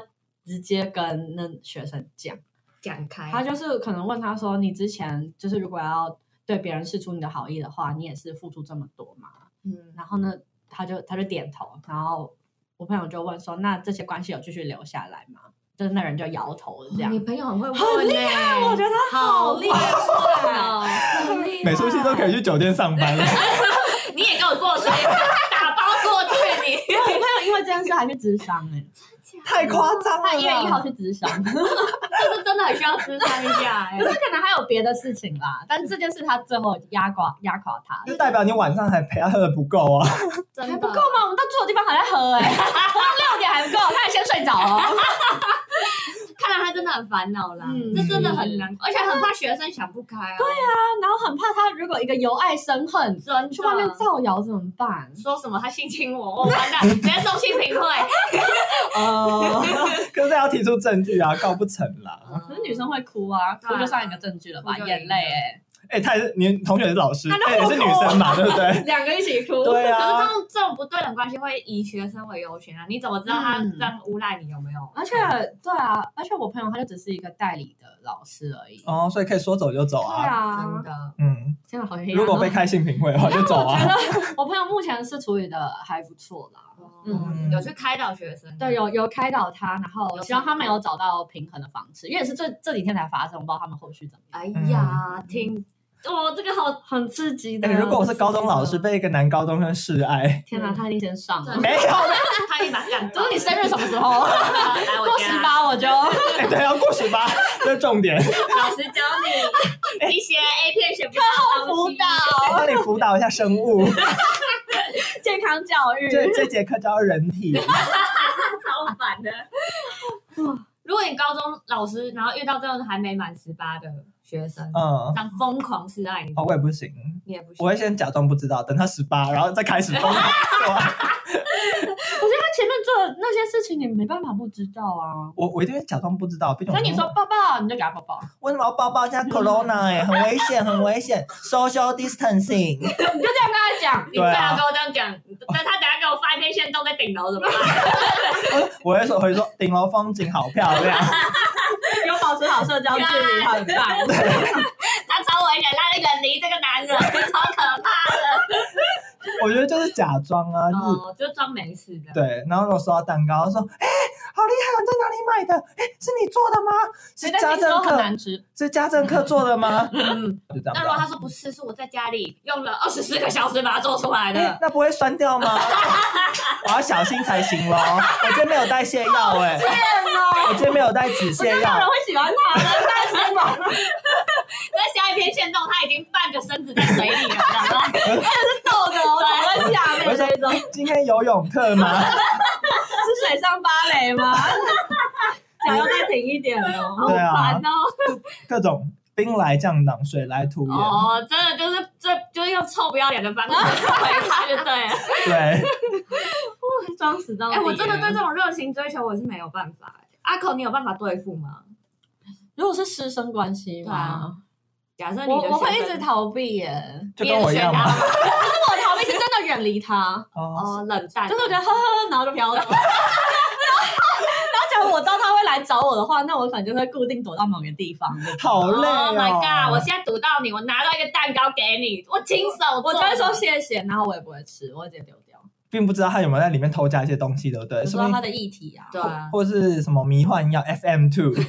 直接跟那学生讲，讲开，他就是可能问他说：“你之前就是如果要对别人示出你的好意的话，你也是付出这么多嘛嗯？”，然后呢，他就他就点头，然后我朋友就问说：“那这些关系有继续留下来吗？”就是那人就摇头这样。哦你朋友很会问、欸很厉害 我觉得他好厉害 哦！哦！很厉害美术系都可以去酒店上 班了。你也跟我过去，打包过去你。 我朋友因为这件事还去智商哎、太夸张了他一月一号啦。去咨商，这是真的很需要咨商一下、欸。可能还有别的事情啦，但这件事他最后压垮压垮他，就代表你晚上还陪他喝的不够啊！真还不的够吗？我们到住的地方还在喝哎、六点还不够，他还先睡着哦。看来他真的很烦恼啦，嗯这真的很难，而且很怕学生想不开啊。对啊，然后很怕他如果一个由爱生恨，真去外面造谣怎么办？说什么他性侵我，我完蛋，直接送去评会。呃哦， 可是要提出证据啊，告不成啦。 可是女生会哭啊，对啊哭就算一个证据了吧，哭就眼泪哎、哎、他也是你同学是老师，他就哎、也是女生嘛，对不 对？两个一起哭对可是啊这，种这种不对等关系会以学生为优先啊！你怎么知道他这样诬赖你有没有？而且对啊，而且我朋友他就只是一个代理的老师而已。哦，所以可以说走就走对啊。啊真，的，嗯，真的好黑暗哦。如果被开性评会的话，就走我啊觉。得我朋友目前是处理的还不错啦。嗯，有去开导学生，对，有有开导他，然后有希望他嗯们有找到平衡的方式，因为也是这这几天才发生，我不知道他们后续怎么样。哎呀，听，哦，这个好很刺激的。哎、如果我是高中老师，被被一个男高中生示爱，哎天哪，他已经先上了。没有，他立马干就是你你生日什么时候？ 来我过家十，八我就哎、对，要过十八， 这是重点。老师教你一 些 A 片学不到的 东辅西导。帮你辅导一下生 物，健康教育。这这节课教人体。超烦的。如果你高中老师，然后遇到这种还没满十八的学生，嗯这，样疯狂示爱你，哦，我也不行，你也不行。我会先假装不知道，等他十八，然后再开始疯狂做爱。我觉得他前面做的那些事情，你没办法不知道啊。我我一定会假装不知道，毕竟所我以你说嗯抱抱，你就给他抱 抱。为什么要抱抱？现在 corona 哎、很危险，很 危险，social distancing。跟他讲，你最啊好跟我这样讲，那他等下给我发一篇线动在顶 楼怎么办？我会说，我会说顶楼风景好漂亮， 有保持好社交距离，很棒。他超危险，他远离这个男人， 超可怕。我觉得就是假装啊，就是。哦，就装没事的。对，然后我收到蛋糕，说：“哎、好厉害！你在哪里买的？哎、是你做的吗？是家都政很课？难吃。是家政课做的吗？”嗯， 就这样子啊。那如果他说不是，是我在家里用了二十四个小时把它做出来哎的，那不会酸 掉吗？我要小心才行咯。我今天没有带泻药哎、哦我今天没有带止泻没有人药。会喜欢他的，但是吧，那下一篇线动他已经半个身子在水里了，知道吗？逗 的哦，躺在下面我就说那种，今天游泳课吗？是水上芭蕾吗？想要再挺一点哦。对啊烦，哦。各种兵来将挡，水来土掩。哦，真的就是这就是用臭不要脸的方式回他就对了。对，装死到哎、我真的对这种热情追求我是没有办法、哎阿口，你有办法对付吗？如果是师生关系吗，假设你我的我会一学生直逃避耶。就跟我一样你也嘛学。但是我逃避是真的远离他，哦，哦，冷淡，就是我觉得呵呵呵，然后就飘走。 然后假如我知道他会来找我的话，那我可能就会固定躲到某个地方。好累哦。 Oh my god！我现在读到你，我拿到一个蛋糕给你，我亲手我做的就会说谢谢，然后我也不会吃，我会直接丢掉。并不知道他有没有在里面偷加一些东西，对不对？我知哎说道不他定的议题啊，对啊，或是什么迷幻药 FM two， 对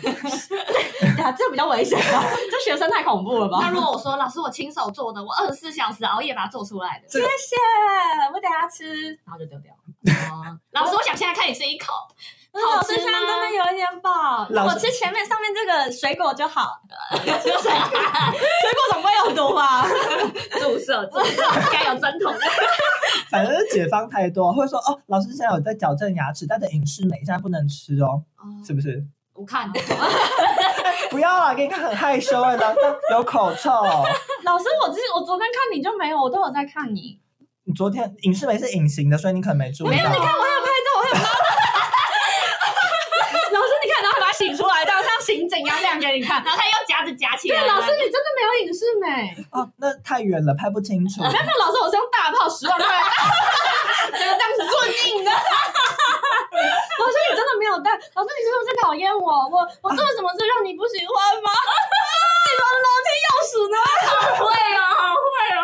啊，这比较危险吧？这学生太恐怖了吧？那如果我说老师，我亲手做的，我二十四小时熬夜把它做出来的。这个谢，我等下吃，然后就丢掉。嗯哦老师，我想现在看你吃一口。老吃师吗现在真的有一点饱，那老我师吃前面上面这个水果就好。水果总不会有毒吧？注射，注射，该有针筒的。反正解方太多， 或者说哦，老师现在有在矫正牙齿，但是隐适美现在不能吃哦，是不是？我看， 不要啊，给你看很害羞哎，老师有口臭。 老师，我之前我昨天看你就没有，我都有在看你。你昨天隐适美是隐形的，所以你可能没注意看到。我还有拍照，我 还有发。老师，你看，然后还把它洗出来，当像刑警一样亮给你看。然后他用夹子夹起来。对，老师，你真的没有影视美。哦，那太远了，拍不清 楚。那老师，哦 我是用大炮十万块，整个这样子做硬的。老师，你真的没有带？老师，你是不是讨厌我？我我做了什么事让你不喜欢吗？你把我的楼梯钥匙 呢？会哦，好会哦。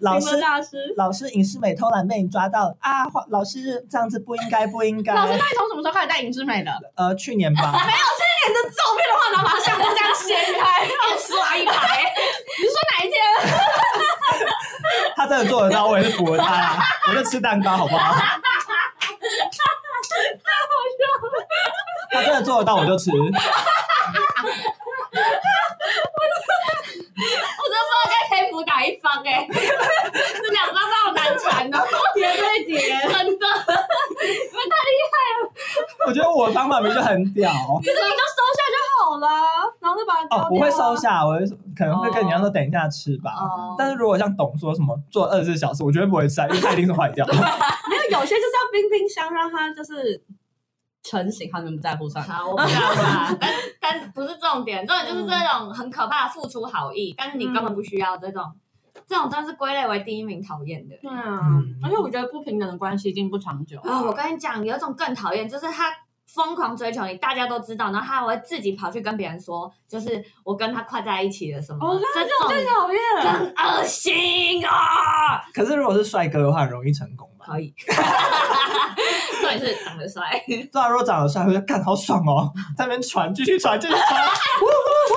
老评论师，大师，老师隐适美偷懒被你抓到啊！花老师这样子不应该，不应该。老师，那你从什么时候开始带影视美的？呃，去年吧，你的照片的话，然后把相簿这样掀开，又刷一排，你是说哪一天？ 他真的做得到，我也是服了 他啦。我就吃蛋糕好不好？他真的做得到，我就吃。佩服哪一方哎、欸， 这两方都好难缠哦、 绝对姐，真的，我觉得我方法明明就很屌可是你就收下就好了，然后再把它丢掉啊哦，我会收。下，我会可能会跟你一样说等一下吃吧。哦但是如果像董说什么做二十四小时，我绝对不会吃啊，因为它一定是坏 掉的。没有，有些就是要冰冰箱，让它就是成型，他们不在乎算了。好，我不知道啊 啦，但但不是重点，重点就是这种很可怕的付出好意，但是你根本不需要这种，这种真的是归类为第一名讨厌的。对啊嗯，而且我觉得不平等的关系一定不长久。啊、我跟你讲，有一种更讨厌，就是他疯狂追求你，大家都知道，然后他还会自己跑去跟别人说，就是我跟他快在一起了什么，哦这种讨厌更恶心啊！ 可是如果是帅哥的话，很容易成功吧？可以， 重点是长得帅，嗯对啊，如果长得帅，我就干好爽哦， 在那边传，继续传，继续 传。他重点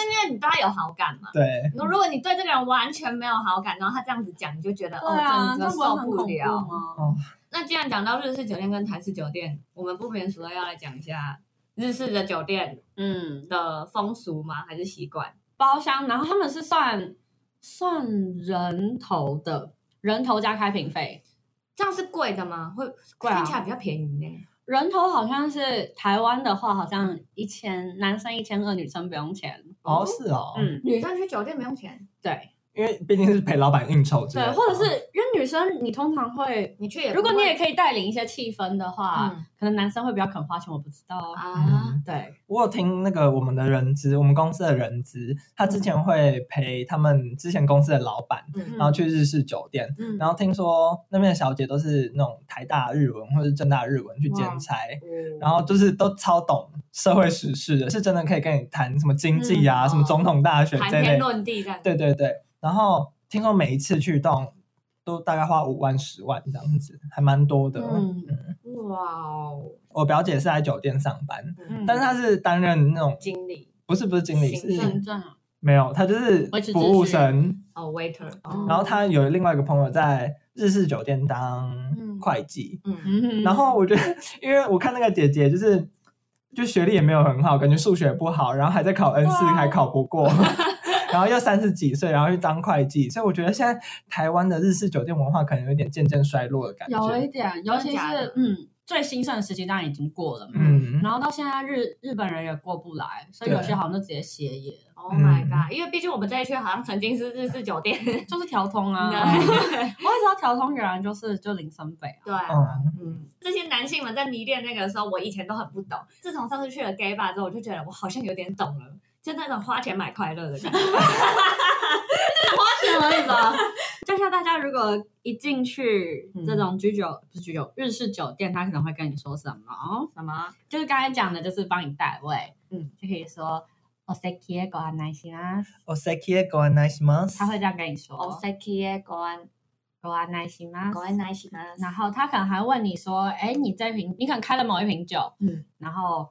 是因为你对他有好感嘛。嗯对，如果你对这个人完全没有好感，然后他这样子讲，你就觉得、对啊哦，，真那的不是受很不恐怖啊了。吗？那既然讲到日式酒店跟台式酒店，我们不免俗的要来讲一下日式的酒店嗯，的风俗吗？还是习惯？包厢，然后他们是算算人头的，人头加开瓶费。这样是贵的吗？会贵啊听起来比较便宜呢。人头好像是台湾的话，好像一千，男生一千二，女生不用钱。哦是哦，嗯，女生去酒店不用钱，对因为毕竟是陪老板应酬之类对的，，或者是因为女生你通常会，你去也如不果会你也可以带领一些气氛的话，嗯可能男生会比较肯花钱，我不知道啊。嗯啊，对，我有听那个我们的人资，我们公司的人资，他之前会陪他们之前公司的老板，嗯然后去日式酒店，嗯然后听说那边的小姐都是那种台大日文或者正大日文去兼差，哦然后就是都超懂社会时事的，是真的可以跟你谈什么经济啊、嗯什么总统大选谈这天类，论地这样。对对对。然后听说每一次去动都大概花五万、十万这样子，还蛮多的。嗯哇哦，我表姐是在酒店上班，嗯但是她是担任那种经理不是不是经理行是政真正没有，他就是维持秩序服务生。哦，waiter，嗯然后他有另外一个朋友在日式酒店当会计。嗯，嗯，然后我觉得，因为我看那个姐姐就是。就学历也没有很好，感觉数学不好，然后还在考 N 四，哇哦还考 不过，然后又三十几岁，然后去当会计，所以我觉得现在台湾的日式酒店文化可能有点渐渐衰落的感觉。有一欸点，尤其真的假的是嗯，最兴盛的时期当然已经过了嘛。嗯，然后到现在日日本人也过不来，所以对有些好像就直接歇业， Oh my god！因为毕竟我们这一圈好像曾经是日式酒店， 就是调通啊。 我对也知道调通原来就是就林森北啊，对啊，嗯，嗯，这些男性们在迷恋那个的时候，我以前都很不懂。自从上次去了 gay bar 之后，我就觉得我好像有点懂了，就那种花钱买快乐的感觉。是可以吧？就像大家如果一进去这种居酒、不是居酒日式酒店，他可能会跟你说什么？什么？就是刚才讲的，就是帮你代位，嗯，就可以说。哦お席へご案内します。お席へご案内します。他会这样跟你说。お席へご案ご案内します。ご案内します。然后他可能还问你说：“哎，你这瓶，你可能开了某一瓶酒，嗯，然后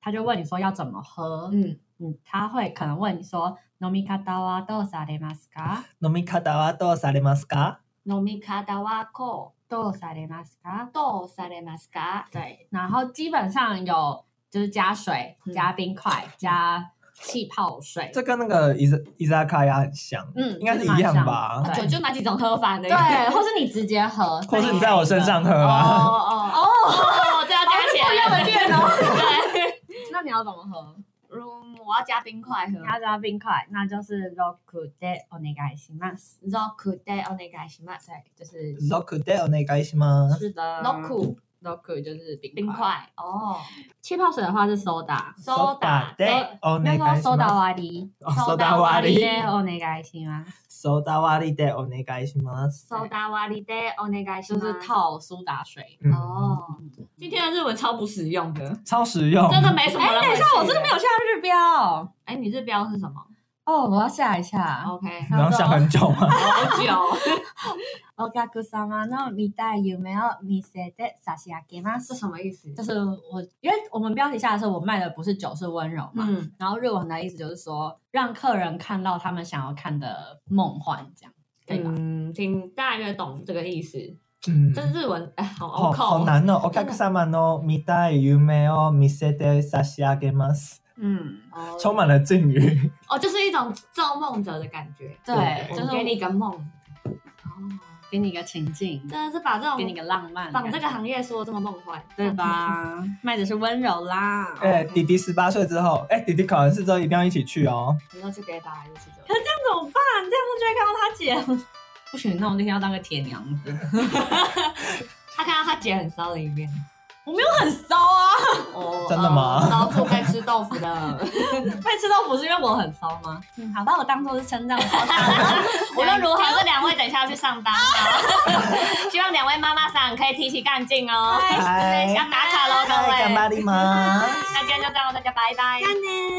他就问你说要怎么喝，嗯，嗯，他会可能问你说飲み方はどうされますか？飲み方はどうされますか？飲み方はこどうされますか？うどうされますか？对，然后基本上有就是加水、嗯加冰块、加气泡水，这跟那个伊扎伊扎卡亚很像，嗯，应该是就是一样蛮像吧的就对，就哪几种喝法呢？ 对，或是你直接喝，或是你在我身上喝哦啊。哦哦哦，这要加钱，不要的券哦。对，那你要怎么喝？嗯，我要加冰块喝。要加冰块，那就是ロクでお願いします。 Roku de onegai mas，对，就是ロクでお願いします。是的 Roku Loku 就是冰冰块哦气泡水的话是 soda， ，soda でお願那い个し soda ます。瓦里，ソダ割りでお願いします，ソダ割りでお願いします。 soda 瓦里的 onegai 就是套苏打水。嗯，哦，今天的日文超不实用的，超实用，真的没什么人会去。哎等一下，我真的没有下日标哦，哎，你日标是什么我要下一下。 ？OK，然后想很久吗？ 好久，お客様の見たい夢を見せて差し上げま这す。什么意思？就是我，因为我们标题下的时候，我卖的不是酒是温柔嘛，嗯，然后日文的意思就是说，让客人看到他们想要看的梦幻，这样对吧？嗯，挺大约懂这个意思。嗯这日文 哎，好好拗好口。难哦。お客様の見たい夢を見せて差し上げます，嗯，哦充满了敬 语。哦，就是一种造梦者的感觉。对，我就们是给你一个梦，给你一个情境，真的是把这给你一种个浪漫，把这个行业说的这么梦幻，对？吧？ 卖的是温柔啦。哎、弟弟十八岁之后，哎、弟弟考完试之后一定要一起去哦。你说去给他还是去可是这样怎么办？这样就会看到他姐。 不行，那我那天要当个铁娘子，他看到他姐很骚的一面，我没有 很骚啊。 哦，真的吗呃骚住在吃豆腐的， 被吃豆腐是因为我很骚吗？嗯，好吧，我当做是称赞我。无论如何，这两位等一下要去上班哦， 希望两位妈妈桑可以提起干劲哦。嗨要打卡喽，各嗨，干位。巴力吗？那今天就这样，大家拜拜。呢。